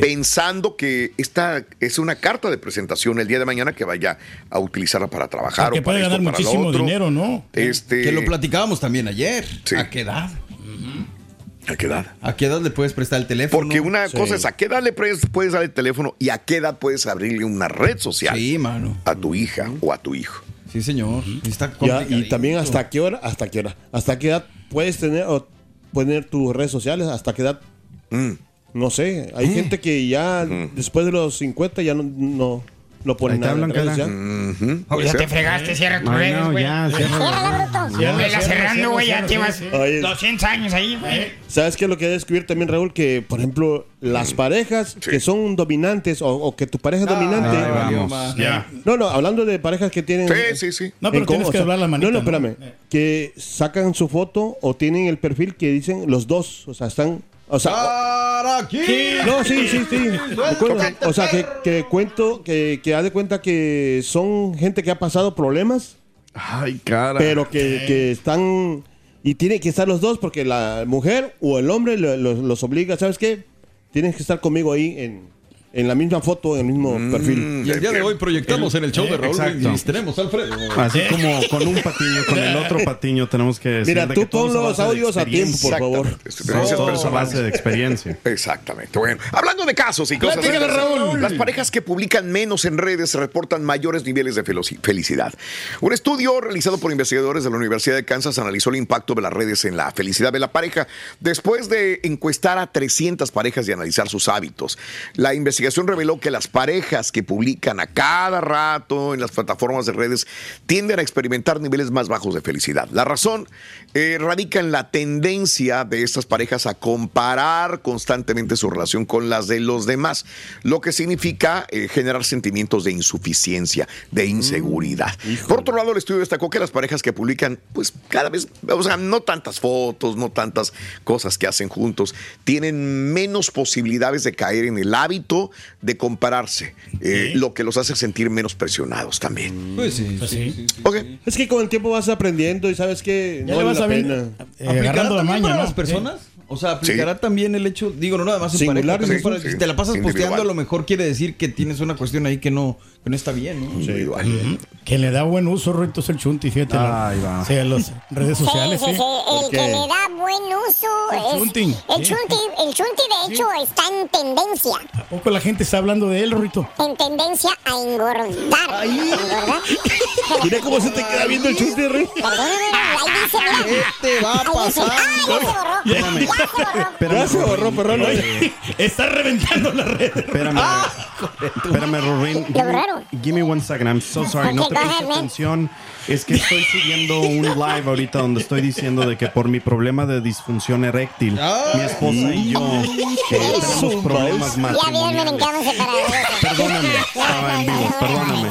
Speaker 5: pensando que esta es una carta de presentación el día de mañana que vaya a utilizarla para trabajar
Speaker 8: que
Speaker 5: o para
Speaker 8: puede
Speaker 5: esto,
Speaker 8: ganar
Speaker 5: para lo
Speaker 8: muchísimo
Speaker 5: otro.
Speaker 8: dinero, ¿no?
Speaker 5: Este,
Speaker 4: Que lo platicábamos también ayer. ¿A qué edad?
Speaker 5: ¿A qué edad?
Speaker 4: ¿A qué edad le puedes prestar el teléfono?
Speaker 5: Porque una cosa es a qué edad le puedes, puedes dar el teléfono y a qué edad puedes abrirle una red social a tu hija o a tu hijo.
Speaker 4: Sí, señor. Está
Speaker 9: Ya,
Speaker 4: complicadito.
Speaker 9: y también hasta qué hora, hasta qué hora, hasta qué edad puedes tener o poner tus redes sociales, hasta qué edad.
Speaker 4: Mm.
Speaker 9: No sé, hay gente que ya después de los 50 ya no, no, lo ponen
Speaker 7: Ahí te
Speaker 9: a la
Speaker 7: hablan,
Speaker 9: derecha.
Speaker 7: cara.
Speaker 9: Ujú,
Speaker 7: Oh,
Speaker 9: puede
Speaker 7: ya
Speaker 9: ser.
Speaker 7: te fregaste, cierra tus Ay, redes, no, güey. ya, cierra.
Speaker 9: Ciérrala,
Speaker 10: bruto.
Speaker 15: Vela cerrando, güey,
Speaker 8: ¿eh?
Speaker 15: ya te vas
Speaker 9: Oye,
Speaker 15: 200 años ahí, güey.
Speaker 9: ¿Sabes qué es lo que he descubierto también, Raúl? Que, por ejemplo, las parejas que son dominantes o, o que tu pareja es dominante. eh,
Speaker 7: ahí vamos, ya.
Speaker 9: No, no, hablando de parejas que tienen.
Speaker 5: Sí, sí, sí.
Speaker 8: No, pero
Speaker 9: en cómo-
Speaker 8: tienes que
Speaker 9: o sea,
Speaker 8: hablar la manita,
Speaker 9: No, no,
Speaker 8: ¿no? Eh.
Speaker 9: espérame. Que sacan su foto o tienen el perfil que dicen los dos. O sea, están. O sea. No, sí, sí, sí. Me acuerdo. O sea, que, que cuento, que, que haz de cuenta que son gente que ha pasado problemas.
Speaker 7: Ay, cara.
Speaker 9: Pero que,
Speaker 7: Ok.
Speaker 9: que están. Y tienen que estar los dos porque la mujer o el hombre lo- lo- los obliga, ¿sabes qué? Tienes que estar conmigo ahí en, en la misma foto, en el mismo perfil.
Speaker 4: Mm, Y el día de hoy proyectamos en el
Speaker 8: eh,
Speaker 4: show de
Speaker 9: Eh,
Speaker 4: Raúl
Speaker 7: Exacto.
Speaker 4: Brindis. Tenemos a Alfredo.
Speaker 7: Así como con un patiño, con el otro patiño tenemos que decir
Speaker 4: Mira,
Speaker 7: de
Speaker 4: tú
Speaker 7: que todo
Speaker 4: pon
Speaker 7: es
Speaker 4: los
Speaker 7: base de
Speaker 4: audios a tiempo,
Speaker 5: por favor.
Speaker 7: experiencia. Todo es a base de experiencia.
Speaker 5: Exactamente. Bueno, hablando de casos y cosas.
Speaker 7: Platícale, Raúl.
Speaker 5: Las parejas que publican menos en redes reportan mayores niveles de felo- felicidad. Un estudio realizado por investigadores de la Universidad de Kansas analizó el impacto de las redes en la felicidad de la pareja después de encuestar a 300 parejas y analizar sus hábitos. La investigación reveló que las parejas que publican a cada rato en las plataformas de redes tienden a experimentar niveles más bajos de felicidad. La razón eh, radica en la tendencia de estas parejas a comparar constantemente su relación con las de los demás, lo que significa eh, generar sentimientos de insuficiencia, de
Speaker 9: Mm,
Speaker 5: inseguridad. Por otro lado, el estudio destacó que las parejas que publican, pues cada vez, o sea, no tantas fotos, no tantas cosas que hacen juntos, tienen menos posibilidades de caer en el hábito de compararse, eh, lo que los hace sentir menos presionados también.
Speaker 4: Pues sí, sí,
Speaker 9: Es que con el tiempo vas aprendiendo y sabes que
Speaker 4: Ya
Speaker 9: no vale
Speaker 4: le vas
Speaker 9: la
Speaker 4: a eh, ver-
Speaker 9: pena.
Speaker 4: ¿Aplicará también para las personas? O sea, aplicará
Speaker 9: Sí.
Speaker 4: también el hecho, digo, no nada más en
Speaker 9: Singular,
Speaker 4: pareja, también
Speaker 9: sí,
Speaker 4: para-
Speaker 9: sí.
Speaker 4: si te la pasas
Speaker 9: Individual.
Speaker 4: posteando, a lo mejor quiere decir que tienes una cuestión ahí que no, que no está bien, ¿no?
Speaker 8: Ujú. Que le da buen uso, Rito, es el chunti, fíjate. Ahí va. Sí, a las redes sociales, ¿eh?
Speaker 10: sí,
Speaker 8: sí.
Speaker 10: sí, sí. El que le da buen uso
Speaker 8: El
Speaker 10: es.
Speaker 8: chunti.
Speaker 10: El
Speaker 8: Sí.
Speaker 10: chunti, el chunti, de hecho, está en tendencia.
Speaker 8: ¿A poco la gente está hablando de él, Rito?
Speaker 10: En tendencia a engordar. ¿Engordar?
Speaker 8: Mira cómo se te queda viendo el chunti, Rito.
Speaker 10: Perdóname, ahí dice, mira.
Speaker 4: Este va
Speaker 10: ahí dice, ¡ay, ya se borró!
Speaker 7: Ya se borró,
Speaker 8: perrón. Está reventando la red. Ah,
Speaker 7: Espérame. Espérame, Rubén. Give me-
Speaker 10: borraron.
Speaker 7: Give me one second. I'm so sorry. No
Speaker 10: Ok,
Speaker 7: te
Speaker 10: go
Speaker 7: puse
Speaker 10: ahead, man.
Speaker 7: atención. Es que estoy subiendo un live ahorita donde estoy diciendo de que por mi problema de disfunción eréctil, mi esposa y yo eh, tenemos problemas
Speaker 10: Ya vieron, me
Speaker 7: matrimoniales.
Speaker 10: encanta separados.
Speaker 7: Perdóname, estaba en vivo. Perdóname.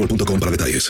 Speaker 16: para detalles.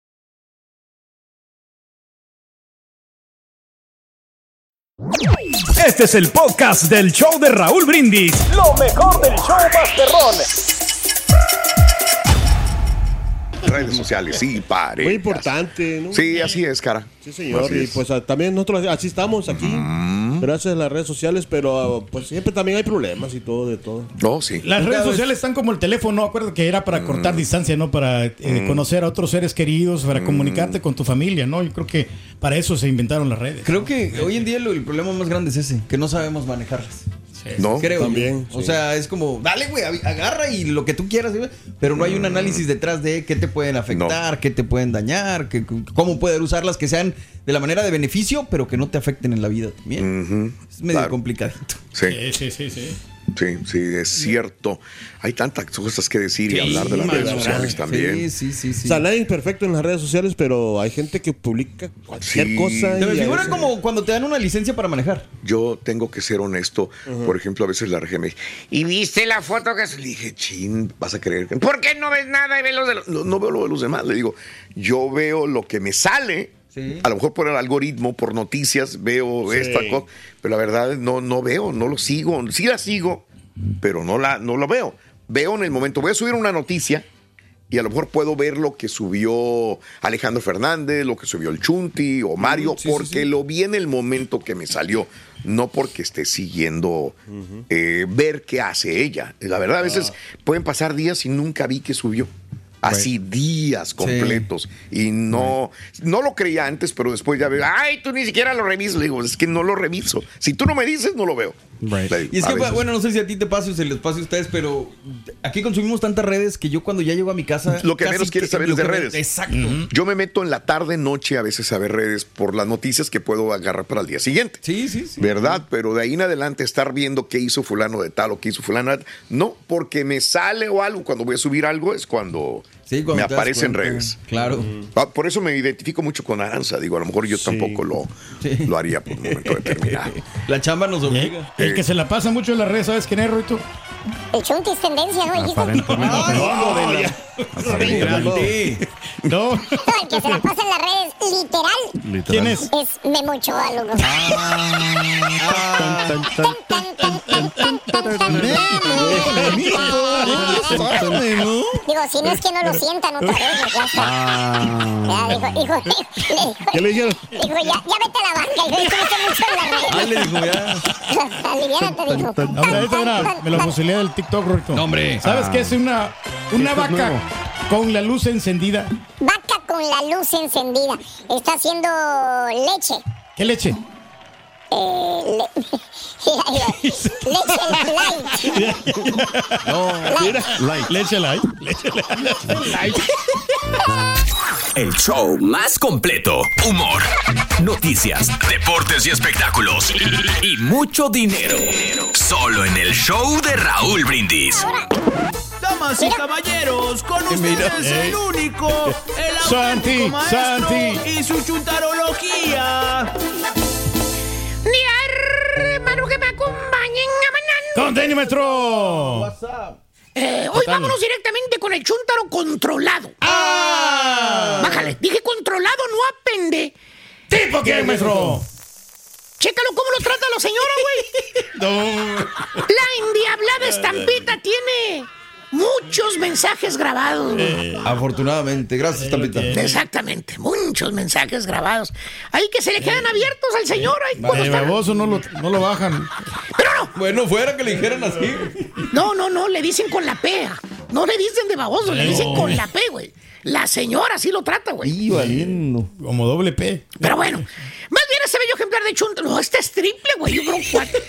Speaker 17: Este es el podcast del show de Raúl Brindis.
Speaker 18: Lo mejor del show Masterrón.
Speaker 5: Redes sociales, sí, pare.
Speaker 9: Muy importante, ¿no?
Speaker 5: Sí, así es, cara.
Speaker 9: Sí, señor.
Speaker 5: Así
Speaker 9: Y
Speaker 5: es.
Speaker 9: pues a- también nosotros así estamos aquí. Gracias a las redes sociales, pero ah, pues siempre también hay problemas y todo, de todo.
Speaker 5: No, sí.
Speaker 8: Las redes sociales están como el teléfono, acuérdate que era
Speaker 4: Mm.
Speaker 8: para cortar distancia, ¿no? Para eh,
Speaker 5: Mm.
Speaker 8: conocer a otros seres queridos,
Speaker 4: Mm.
Speaker 8: para comunicarte con tu familia, ¿no? Yo creo que para eso se inventaron las redes.
Speaker 4: Creo que hoy en día lo- el problema más grande es ese, que no sabemos manejarlas.
Speaker 5: ¿No?
Speaker 4: Creo.
Speaker 5: También,
Speaker 4: O
Speaker 5: sí.
Speaker 4: sea, es como, dale, güey, ag- agarra y lo que tú quieras, güey, pero no hay un análisis detrás de qué te pueden afectar, qué te pueden dañar, qué- cómo poder usarlas que sean de la manera de beneficio, pero que no te afecten en la vida también. Es medio complicadito.
Speaker 5: Sí.
Speaker 8: Sí, sí, sí.
Speaker 5: Sí, sí, es cierto. Hay tantas cosas que decir y hablar de las
Speaker 9: mano,
Speaker 5: redes sociales
Speaker 9: sí,
Speaker 5: también.
Speaker 4: sí, sí,
Speaker 9: O sea, nadie es perfecto en las redes sociales, pero hay gente que publica cualquier
Speaker 5: Sí.
Speaker 9: cosa.
Speaker 4: Te me
Speaker 9: y a
Speaker 4: figura
Speaker 9: veces-
Speaker 4: como cuando te dan una licencia para manejar.
Speaker 5: Yo tengo que ser honesto. Por ejemplo, a veces la RG me dice, ¿y viste la foto que subí?" Le dije, chin, vas a creer que... ¿Por qué no ves nada y ves los de los-?" No, no veo lo de los demás. Le digo, yo veo lo que me sale. A lo mejor por el algoritmo, por noticias, veo
Speaker 19: Sí.
Speaker 5: esta cosa. Pero la verdad, no, no veo, no lo sigo. Sí la sigo, pero no la, no lo veo. Veo en el momento. Voy a subir una noticia y a lo mejor puedo ver lo que subió Alejandro Fernández, lo que subió el Chunti o Mario, porque lo vi en el momento que me salió, no porque esté siguiendo eh, ver qué hace ella. La verdad, a veces
Speaker 4: Ah.
Speaker 5: pueden pasar días y nunca vi que subió. Así días completos. Y no, no lo creía antes, pero después ya veo, ay, tú ni siquiera lo revisas. Le digo, es que no lo reviso. Si tú no me dices, no lo veo. Le digo,
Speaker 4: Y es
Speaker 5: a
Speaker 4: que,
Speaker 5: veces-
Speaker 4: bueno, no sé si a ti te pasa o se les pasa a ustedes, pero aquí consumimos tantas redes que yo cuando ya llego a mi casa.
Speaker 5: Lo que
Speaker 4: casi
Speaker 5: menos quieres
Speaker 4: que-
Speaker 5: saber
Speaker 4: lo
Speaker 5: es de
Speaker 4: que me-
Speaker 5: redes.
Speaker 4: Exacto.
Speaker 5: Yo me meto en la tarde, noche a veces a ver redes por las noticias que puedo agarrar para el día siguiente.
Speaker 4: Sí, sí, sí.
Speaker 5: ¿Verdad? Pero de ahí en adelante estar viendo qué hizo fulano de tal o qué hizo fulano de tal. No, porque me sale o algo cuando voy a subir algo es cuando,
Speaker 4: cuando te
Speaker 5: me
Speaker 4: das
Speaker 5: aparece en
Speaker 4: cuenta,
Speaker 5: redes.
Speaker 4: claro.
Speaker 5: Ah, Por eso me identifico mucho con Aranza. Digo, a lo mejor yo tampoco lo, lo haría por un momento determinado.
Speaker 4: La chamba nos obliga.
Speaker 8: El que se la pasa mucho en las redes, ¿sabes quién es, Ruito?
Speaker 10: El chunti es tendencia,
Speaker 8: Ah,
Speaker 10: ¿no? Dijiste.
Speaker 8: Aparentemente. No, no, ya. No.
Speaker 10: No, el que se la pasa en las redes, literal.
Speaker 8: Literal. ¿Quién es? Ah.
Speaker 10: Es Memo Ochoa, loco.
Speaker 8: Ah,
Speaker 10: Digo, si no es que no lo sientan otra vez, pues ya está.
Speaker 4: Ah.
Speaker 10: Ya, dijo, hijo, le dijo,
Speaker 9: ¿Qué le dijeron?
Speaker 10: dijo, ya, ya vete a la banca. Y dijo, "Estuviste mucho en las redes.
Speaker 8: Ah, le dijo,
Speaker 10: Aliviánate, dijo.
Speaker 8: Ahora, ahí te verá, me la fusilé del TikTok, Ruito.
Speaker 4: No, hombre.
Speaker 8: ¿Sabes
Speaker 4: Ah.
Speaker 8: qué es una, una
Speaker 4: Esto es
Speaker 8: vaca
Speaker 4: nuevo.
Speaker 8: con la luz encendida?
Speaker 10: Vaca con la luz encendida. Está haciendo leche.
Speaker 8: ¿Qué leche?
Speaker 10: Eh, le- leche light.
Speaker 8: No,
Speaker 10: mira.
Speaker 8: Leche light. Leche light.
Speaker 14: El show más completo. Humor, noticias, deportes y espectáculos. Y mucho dinero. Solo en el show de Raúl Brindis.
Speaker 20: Damas y caballeros, con ustedes
Speaker 14: mira.
Speaker 20: el único, el
Speaker 8: Santi,
Speaker 20: auténtico maestro
Speaker 8: Santi.
Speaker 20: y su chuntarología.
Speaker 2: Ni hermano que me acompañen a mañana.
Speaker 8: ¡Contenido, maestro!
Speaker 2: Eh, hoy
Speaker 8: Total.
Speaker 2: vámonos directamente con el chuntaro controlado.
Speaker 8: Ah.
Speaker 2: Bájale, dije controlado, no apende.
Speaker 8: ¿Tipo qué, maestro?
Speaker 2: Chécalo cómo lo trata la señora, güey.
Speaker 8: No.
Speaker 2: La endiablada estampita tiene muchos mensajes grabados. güey.
Speaker 4: Afortunadamente. Gracias, Tapita.
Speaker 2: Exactamente, muchos mensajes grabados. Ahí que se le quedan abiertos al señor. ahí cuando
Speaker 8: De
Speaker 2: está-
Speaker 8: baboso no lo, no lo bajan.
Speaker 4: Bueno, fuera que le dijeran así.
Speaker 2: No, no, no, le dicen con la P. ah. No le dicen de baboso, le
Speaker 8: No.
Speaker 2: dicen con la P, güey. La señora sí lo trata, güey.
Speaker 8: Como doble P.
Speaker 2: Pero bueno, más bien ese bello ejemplar de chunta. No, este es triple, güey. Yo creo cuatro.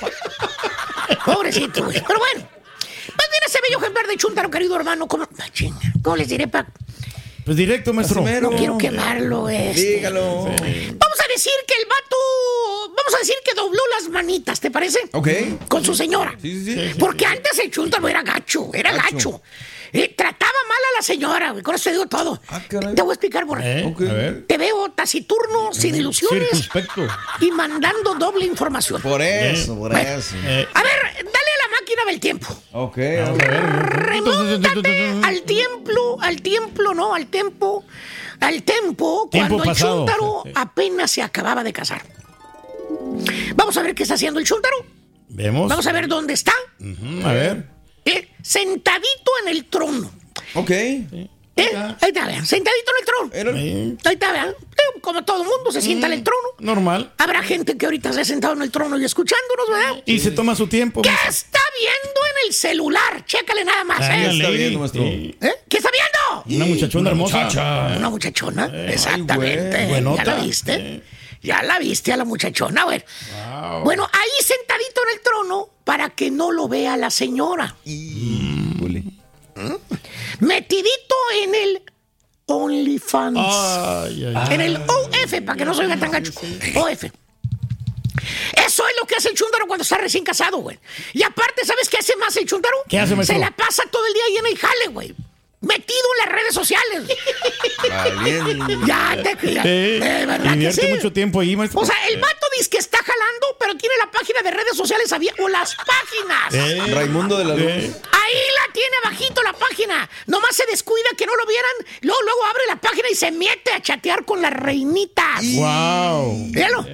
Speaker 2: Pobrecito, güey. Pero bueno, más bien ese bello ejemplar de chuntaro, querido hermano. ¿Cómo, Ah, chinga, ¿Cómo les diré, Paco?
Speaker 8: Pues directo, maestro.
Speaker 2: No quiero quemarlo, este.
Speaker 4: Dígalo.
Speaker 2: Vamos a decir que el vato. Vamos a decir que dobló las manitas, ¿te parece?
Speaker 4: Ok.
Speaker 2: Con su señora.
Speaker 4: Sí, sí, sí.
Speaker 2: Porque antes el chuntaro era gacho, era gacho.
Speaker 4: Gacho.
Speaker 2: Eh, trataba mal a la señora, güey. Con eso te digo todo.
Speaker 4: Ah,
Speaker 2: te voy a explicar por
Speaker 8: Eh, A ver.
Speaker 2: Te veo taciturno,
Speaker 4: Mm,
Speaker 2: sin ilusiones
Speaker 8: Circunspecto.
Speaker 2: y mandando doble información.
Speaker 4: Por eso, por
Speaker 2: Bueno,
Speaker 4: eso.
Speaker 5: Eh.
Speaker 2: A ver, dale a la máquina del tiempo.
Speaker 4: Ok.
Speaker 2: Remóntate al templo, al templo, no, al tempo, al tempo,
Speaker 20: Tiempo
Speaker 2: cuando el
Speaker 20: pasado.
Speaker 2: chúntaro apenas se acababa de casar. Vamos a ver qué está haciendo el chúntaro.
Speaker 8: Vemos.
Speaker 2: Vamos a ver dónde está.
Speaker 8: Mm, A ver.
Speaker 2: Eh, sentadito en el trono.
Speaker 4: Ok.
Speaker 2: Eh, Ahí está, vean, sentadito en el trono. Ahí está, vean. Eh, Como todo mundo se
Speaker 8: Mm.
Speaker 2: sienta en el trono.
Speaker 8: Normal.
Speaker 2: Habrá gente que ahorita se ha sentado en el trono y escuchándonos, ¿verdad?
Speaker 8: Y se toma su tiempo.
Speaker 2: ¿Qué está viendo en el celular? Chécale nada más,
Speaker 8: Ah,
Speaker 2: ¿eh?
Speaker 8: está bien,
Speaker 4: maestro.
Speaker 2: ¿Eh? ¿Qué está viendo?
Speaker 8: Una muchachona hermosa.
Speaker 2: Una muchachona,
Speaker 8: Eh,
Speaker 2: exactamente.
Speaker 8: ay, güey, buenota.
Speaker 2: ¿Ya la viste? Ya la viste a la muchachona, bueno.
Speaker 8: Ah.
Speaker 2: Bueno, ahí sentadito en el trono para que no lo vea la señora. ¿Mm? Metidito en el OnlyFans. En el OF, para que no se oiga tan gacho. OF. Eso es lo que hace el chúndaro cuando está recién casado, güey. Y aparte, ¿sabes qué hace más el chúndaro?
Speaker 8: ¿Qué hace, maestro?
Speaker 2: Se la pasa todo el día ahí en el jale, güey. Metido en las redes sociales.
Speaker 8: Valiente.
Speaker 2: ya te creas.
Speaker 8: Eh,
Speaker 2: De verdad que
Speaker 8: Invierte
Speaker 2: sí.
Speaker 8: mucho tiempo ahí, maestro.
Speaker 2: O sea, el vato dice que está jalando, pero tiene la página de redes sociales abierta. O las páginas.
Speaker 4: Eh, Raimundo de la Luz.
Speaker 2: Ahí la tiene abajito la página. Nomás se descuida que no lo vieran. Luego, luego abre la página y se mete a chatear con las reinitas.
Speaker 8: Wow.
Speaker 2: Míralo.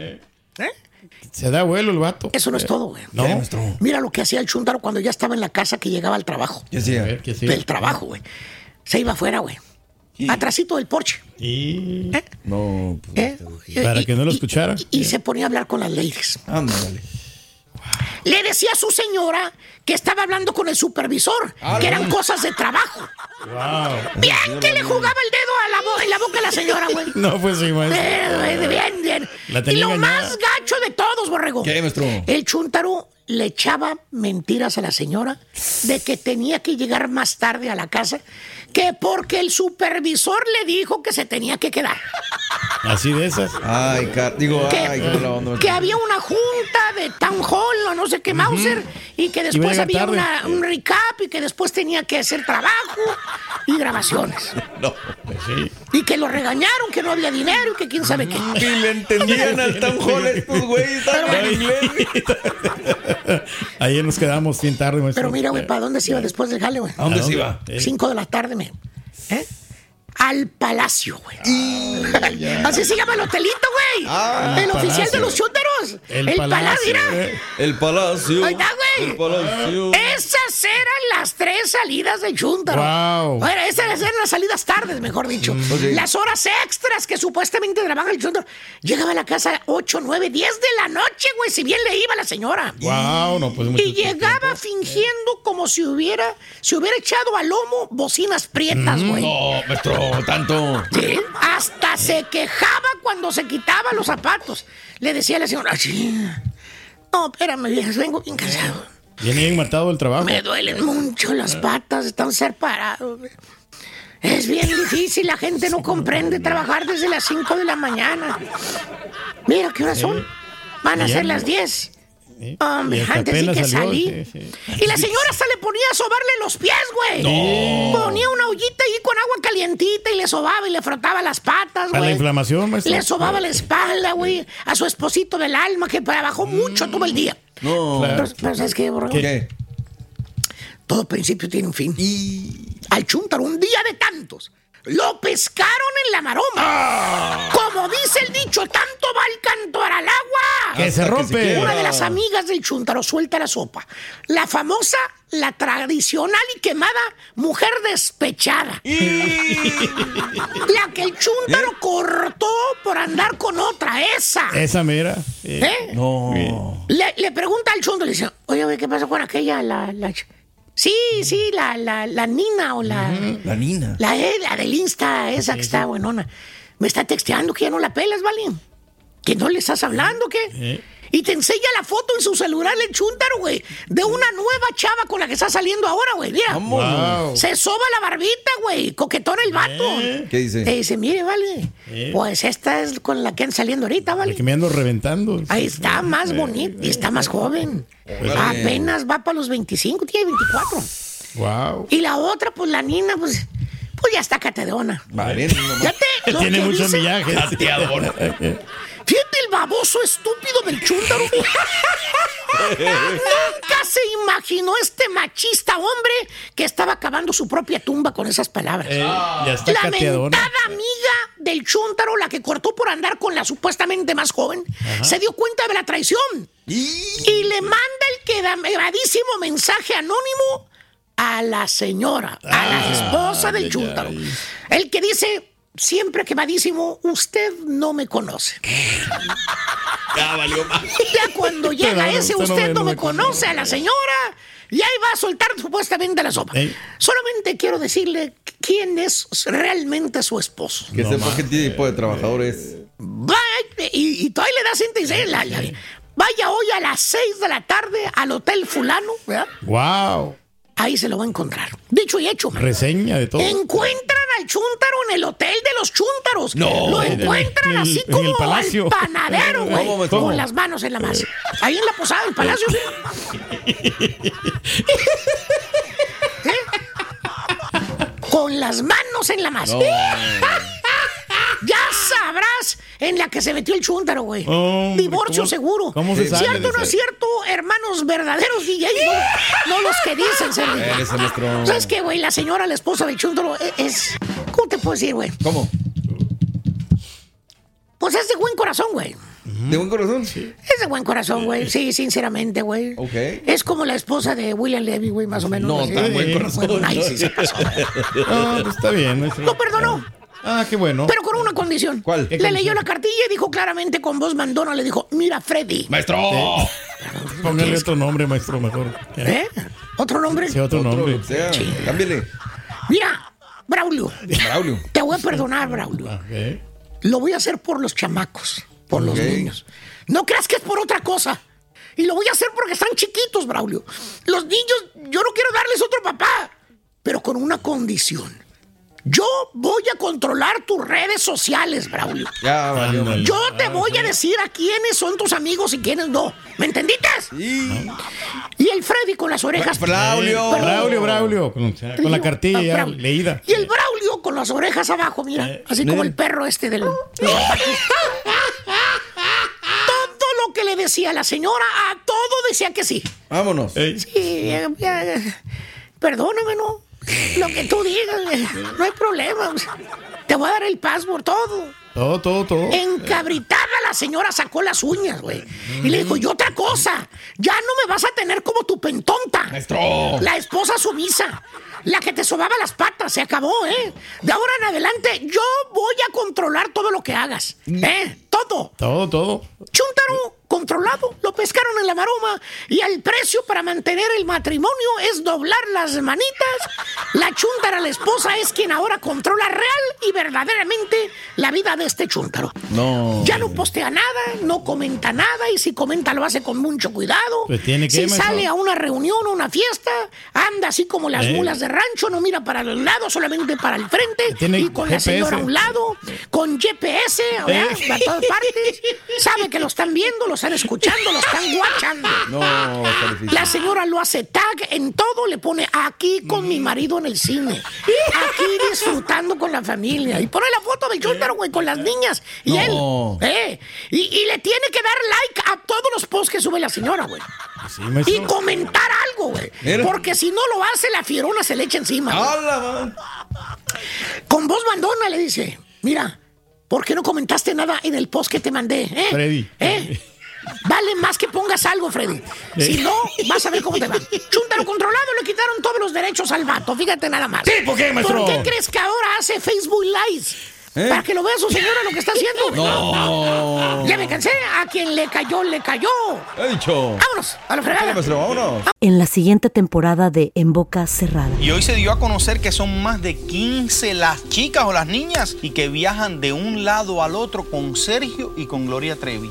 Speaker 8: Se da vuelo el Eh. vato.
Speaker 2: Eso no es todo, güey. ¿Eh?
Speaker 8: No.
Speaker 2: Mira lo que hacía el chúndaro cuando ya estaba en la casa que llegaba al trabajo.
Speaker 8: ¿Qué hacía? A ver, ¿qué hacía?
Speaker 2: Del trabajo, güey. Se iba afuera, güey. Atrasito del porche.
Speaker 8: Y... Eh.
Speaker 4: No.
Speaker 2: ¿eh?
Speaker 8: Para pues, que no lo escuchara.
Speaker 2: Y se ponía a hablar con las ladies.
Speaker 4: Ándale.
Speaker 2: Le decía a su señora que estaba hablando con el supervisor,
Speaker 8: Ah,
Speaker 2: que eran
Speaker 8: no.
Speaker 2: cosas de trabajo.
Speaker 8: Wow.
Speaker 2: Bien que le jugaba el dedo a la bo- en la boca a la señora, güey.
Speaker 8: No, pues sí,
Speaker 2: Eh,
Speaker 8: maestro.
Speaker 2: Bien, bien.
Speaker 8: La
Speaker 2: Y
Speaker 8: tenía
Speaker 2: lo
Speaker 8: engañada.
Speaker 2: más gacho de todos, borrego.
Speaker 8: ¿Qué, maestro?
Speaker 2: El chuntaro le echaba mentiras a la señora de que tenía que llegar más tarde a la casa, que porque el supervisor le dijo que se tenía que quedar.
Speaker 8: Así de esas.
Speaker 4: Ay, car digo,
Speaker 2: ¿Qué?
Speaker 4: ay, qué mala onda.
Speaker 2: Que había una junta de town hall o no sé qué Mauser y que
Speaker 4: Iba a
Speaker 2: después
Speaker 4: llegar
Speaker 2: había
Speaker 4: tarde.
Speaker 2: una- un recap y que después tenía que hacer trabajo y grabaciones.
Speaker 4: No.
Speaker 2: Y que lo regañaron, que no había dinero y que quién sabe qué.
Speaker 4: Y le entendían al town hall estos güeyes. estaban en inglés.
Speaker 8: Ayer nos quedamos bien tarde, maestro.
Speaker 2: Pero mira, güey, ¿para dónde se iba después del jale, güey?
Speaker 8: ¿A dónde se iba?
Speaker 2: Cinco de la tarde, me. ¿Eh? Al palacio, güey. Así se llama el hotelito, güey.
Speaker 4: Ah,
Speaker 2: el
Speaker 4: Palacio.
Speaker 2: oficial de los chúntaros.
Speaker 4: El palacio. Eh,
Speaker 2: mira.
Speaker 8: eh.
Speaker 4: El palacio.
Speaker 2: Ahí está, güey.
Speaker 4: El palacio.
Speaker 5: Eh.
Speaker 2: Esas eran las tres salidas de Chuntaro.
Speaker 4: Guau.
Speaker 2: Bueno, esas eran las salidas tardes, mejor dicho.
Speaker 4: Pues sí.
Speaker 2: Las horas extras que supuestamente trabaja el Chuntaro. Llegaba a la casa 8, 9, 10 de la noche, güey, si bien le iba la señora.
Speaker 8: Wow, no, pues mucho
Speaker 2: Y llegaba fingiendo como si hubiera, se hubiera echado al lomo bocinas prietas,
Speaker 5: Mm,
Speaker 2: güey.
Speaker 4: No, maestro, tanto.
Speaker 2: Sí, Hasta se quejaba cuando se quitaba los zapatos. Le decía a la señora, "Sí, no, espérame, viejas, vengo bien cansado.
Speaker 8: Viene bien matado el trabajo. Ah.
Speaker 2: Me duelen mucho las patas, están separados. Es bien difícil, la gente no comprende trabajar desde las 5 de la mañana. Mira qué horas son. Van a
Speaker 8: Ya,
Speaker 2: ser
Speaker 8: ¿no?
Speaker 2: las 10.
Speaker 8: Y
Speaker 2: Hombre,
Speaker 8: hasta
Speaker 2: antes sí
Speaker 8: apenas
Speaker 2: que
Speaker 8: salió,
Speaker 2: salí.
Speaker 8: sí,
Speaker 2: Y la señora hasta le ponía a sobarle los pies, güey.
Speaker 8: No.
Speaker 2: Ponía una ollita ahí con agua calientita y le sobaba y le frotaba las patas,
Speaker 8: Para la
Speaker 2: güey.
Speaker 8: inflamación, maestro.
Speaker 2: Le sobaba la espalda, güey. A su esposito del alma que trabajó mucho todo el día.
Speaker 4: No.
Speaker 2: Pero, pero ¿sabes qué, borrego?
Speaker 4: ¿Qué?
Speaker 2: Todo principio tiene un fin. Al Chuntaro, un día de tantos, lo pescaron en la maroma.
Speaker 8: Ah.
Speaker 4: Ah,
Speaker 2: Como dice el dicho, tanto va el cantor al agua.
Speaker 8: Que se Hasta que rompe. se quiebra.
Speaker 2: Una de las amigas del Chuntaro suelta la sopa. La famosa, la tradicional y quemada mujer despechada. la que el
Speaker 8: ¿Eh?
Speaker 2: Chuntaro cortó por andar con otra, esa.
Speaker 8: Esa mera.
Speaker 2: ¿Eh?
Speaker 8: No.
Speaker 2: Le, le pregunta al chundo, le dice, oye, güey, ¿qué pasó con aquella? La, la ch-?" Sí, sí, la, la, la Nina o la...
Speaker 4: La nina.
Speaker 2: La, eh, la del Insta, esa que está buenona. Me está texteando que ya no la pelas, ¿vale? Que no le estás hablando, ¿qué? Y te enseña la foto en su celular el chuntaro, güey. De una nueva chava con la que está saliendo ahora, güey. Mira.
Speaker 4: Vámonos.
Speaker 2: Se soba la barbita, güey. Coquetón el vato.
Speaker 4: ¿Qué dice?
Speaker 2: Te dice, mire, vale.
Speaker 8: Eh.
Speaker 2: Pues esta es con la que han saliendo ahorita, ¿vale?
Speaker 8: Que me Eh, ando reventando. Pues,
Speaker 2: Ahí está más bonito y está más joven.
Speaker 8: Órale.
Speaker 2: Apenas va para los 25, tiene 24.
Speaker 8: Wow.
Speaker 2: Y la otra, pues la nina, pues, pues ya está catedona.
Speaker 8: Vale.
Speaker 2: Ya te- lo
Speaker 8: Tiene
Speaker 2: que
Speaker 8: mucho
Speaker 2: dice-
Speaker 8: millaje.
Speaker 2: Fíjate el baboso estúpido del chúntaro. Nunca se imaginó este machista hombre que estaba acabando su propia tumba con esas palabras.
Speaker 8: Eh, ya está
Speaker 2: la
Speaker 8: cateadona.
Speaker 2: mentada amiga del chúntaro, la que cortó por andar con la supuestamente más joven,
Speaker 8: Ajá.
Speaker 2: se dio cuenta de la traición. Y le manda el quedadísimo mensaje anónimo a la señora, a
Speaker 8: Ah,
Speaker 2: la esposa del chúntaro. El que dice, siempre quemadísimo, usted no me conoce.
Speaker 4: Ya valió más.
Speaker 2: Ya cuando
Speaker 4: Usted
Speaker 2: llega
Speaker 4: no me-
Speaker 2: ese,
Speaker 4: usted no
Speaker 2: usted
Speaker 4: me-
Speaker 2: no
Speaker 4: no
Speaker 2: me
Speaker 4: me
Speaker 2: conoce a la señora y ahí va a soltar supuestamente la sopa.
Speaker 8: Eh,
Speaker 2: Solamente quiero decirle quién es realmente su esposo.
Speaker 4: Que sepa qué tipo de trabajador es.
Speaker 2: Va, eh, Oye, y, y todavía le das 66. la- la- vaya hoy a las 6 de la tarde al Hotel Fulano, ¿verdad?
Speaker 8: ¡Wow!
Speaker 2: Ahí se lo va a encontrar. Dicho y hecho. man.
Speaker 8: Reseña de todo.
Speaker 2: Encuentran al chúntaro en el hotel de los chúntaros.
Speaker 8: No,
Speaker 2: Lo
Speaker 8: en el-
Speaker 2: encuentran
Speaker 8: en el-
Speaker 2: así
Speaker 8: en
Speaker 2: como
Speaker 8: el palacio.
Speaker 2: al panadero, güey.
Speaker 8: ¿Cómo,
Speaker 2: Con
Speaker 8: cómo?
Speaker 2: las manos en la masa. Ahí en la posada del palacio. sí. ¿Eh? Con las manos en la masa.
Speaker 8: No.
Speaker 2: Ya sabrás en la que se metió el chúntaro, güey.
Speaker 8: Hombre,
Speaker 2: Divorcio
Speaker 8: ¿cómo-
Speaker 2: seguro.
Speaker 8: cómo se sale de
Speaker 2: ¿Cierto o no es
Speaker 8: esa?
Speaker 2: cierto, hermanos verdaderos DJ? No, no los que dicen Pues, ser DJ.
Speaker 4: Eres el nuestro.
Speaker 2: ¿Sabes qué, güey? La señora, la esposa del chúntaro e- es. ¿Cómo te puedo decir, güey?
Speaker 4: ¿Cómo?
Speaker 2: Pues es de buen corazón, güey.
Speaker 4: ¿De buen corazón? Sí.
Speaker 2: Es de buen corazón, güey. Sí, sinceramente, güey.
Speaker 4: Ok.
Speaker 2: Es como la esposa de William Levy, güey, más o menos.
Speaker 4: No,
Speaker 2: Sí.
Speaker 4: tan buen corazón.
Speaker 2: Bueno, ay, sí, sí.
Speaker 8: No, pues está bien. Lo
Speaker 2: perdonó.
Speaker 8: Ah, qué bueno.
Speaker 2: Pero con una condición.
Speaker 8: ¿Cuál?
Speaker 2: Le
Speaker 8: ¿Qué condición?
Speaker 2: leyó la cartilla y dijo claramente con voz mandona, le dijo, mira,
Speaker 8: Sí.
Speaker 2: Freddy.
Speaker 8: Póngale otro nombre, maestro, mejor.
Speaker 2: ¿Eh? ¿Otro nombre?
Speaker 8: Sí, otro, nombre.
Speaker 2: Sí.
Speaker 4: Cámbiale.
Speaker 2: Mira, Braulio,
Speaker 4: Braulio.
Speaker 2: te voy a perdonar, Braulio.
Speaker 8: Ah,
Speaker 2: Lo voy a hacer por los chamacos, por los niños. No creas que es por otra cosa. Y lo voy a hacer porque están chiquitos, Braulio. Los niños, yo no quiero darles otro papá, pero con una condición. Yo voy a controlar tus redes sociales, Braulio.
Speaker 4: Ya, valió, valió.
Speaker 2: Yo te voy a decir a quiénes son tus amigos y quiénes no. ¿Me entendiste? Y el Freddy con las orejas.
Speaker 8: Braulio.
Speaker 2: Perdón.
Speaker 8: Braulio, Braulio. Con, con la cartilla ya
Speaker 2: Braulio.
Speaker 8: leída.
Speaker 2: Y el Braulio con las orejas abajo, mira. Así como el perro este del. Todo lo que le decía la señora, a todo decía que sí.
Speaker 4: Vámonos.
Speaker 2: Sí, eh, eh, perdóname, ¿no? Lo que tú digas, eh, no hay problema. o sea, Te voy a dar el password, todo.
Speaker 8: Todo, todo, todo.
Speaker 2: Encabritada la señora sacó las uñas, güey. Y le dijo, y otra cosa, ya no me vas a tener como tu pentonta.
Speaker 4: Maestro.
Speaker 2: La esposa sumisa. La que te sobaba las patas, se acabó, ¿eh? De ahora en adelante, yo voy a controlar todo lo que hagas, ¿eh? Todo.
Speaker 8: Todo, todo.
Speaker 2: Chuntaro, controlado, lo pescaron en la maroma y el precio para mantener el matrimonio es doblar las manitas. La chuntara, la esposa, es quien ahora controla real y verdaderamente la vida de este chuntaro.
Speaker 4: No.
Speaker 2: Ya no postea nada, no comenta nada y si comenta lo hace con mucho cuidado.
Speaker 8: Pues tiene que,
Speaker 2: si
Speaker 8: maestro.
Speaker 2: sale a una reunión o una fiesta, anda así como las
Speaker 8: Eh.
Speaker 2: mulas de rancho, no mira para el lado, solamente para el frente
Speaker 8: Tiene
Speaker 2: y con la
Speaker 8: GPS.
Speaker 2: señora a un lado, con GPS, ¿verdad?
Speaker 8: Eh.
Speaker 2: a todas partes. Sabe que lo están viendo, lo están escuchando, lo están guachando.
Speaker 4: No, está difícil.
Speaker 2: La señora lo hace tag en todo, le pone aquí con mi marido en el cine, aquí disfrutando con la familia. Y pone la foto del chúntaro, güey, con las niñas. Y
Speaker 8: No.
Speaker 2: él, ¿eh? Y, y le tiene que dar like a todos los posts que sube la señora, güey.
Speaker 8: Sí, maestro.
Speaker 2: Y comentar algo, güey.
Speaker 8: Mira.
Speaker 2: Porque si no lo hace, la fierona se le echa encima. güey. Con voz mandona le dice, mira, ¿por qué no comentaste nada en el post que te mandé? eh?
Speaker 8: Freddy.
Speaker 2: ¿Eh? Vale más que pongas algo, Freddy. Si
Speaker 8: Eh.
Speaker 2: no, vas a ver cómo te va. Chúntaro controlado, le quitaron todos los derechos al vato. Fíjate nada más.
Speaker 8: Sí, ¿por qué, maestro?
Speaker 2: ¿Por qué crees que ahora hace Facebook Lives?
Speaker 8: ¿Eh?
Speaker 2: Para que lo vea su señora lo que está haciendo.
Speaker 4: No.
Speaker 2: Ya me cansé. A quien le cayó, le cayó.
Speaker 4: He dicho.
Speaker 2: Vámonos, a la fregada.
Speaker 4: Dale, maestro, vámonos.
Speaker 1: En la siguiente temporada de En Boca Cerrada.
Speaker 21: Y hoy se dio a conocer que son más de 15 las chicas o las niñas y que viajan de un lado al otro con Sergio y con Gloria Trevi.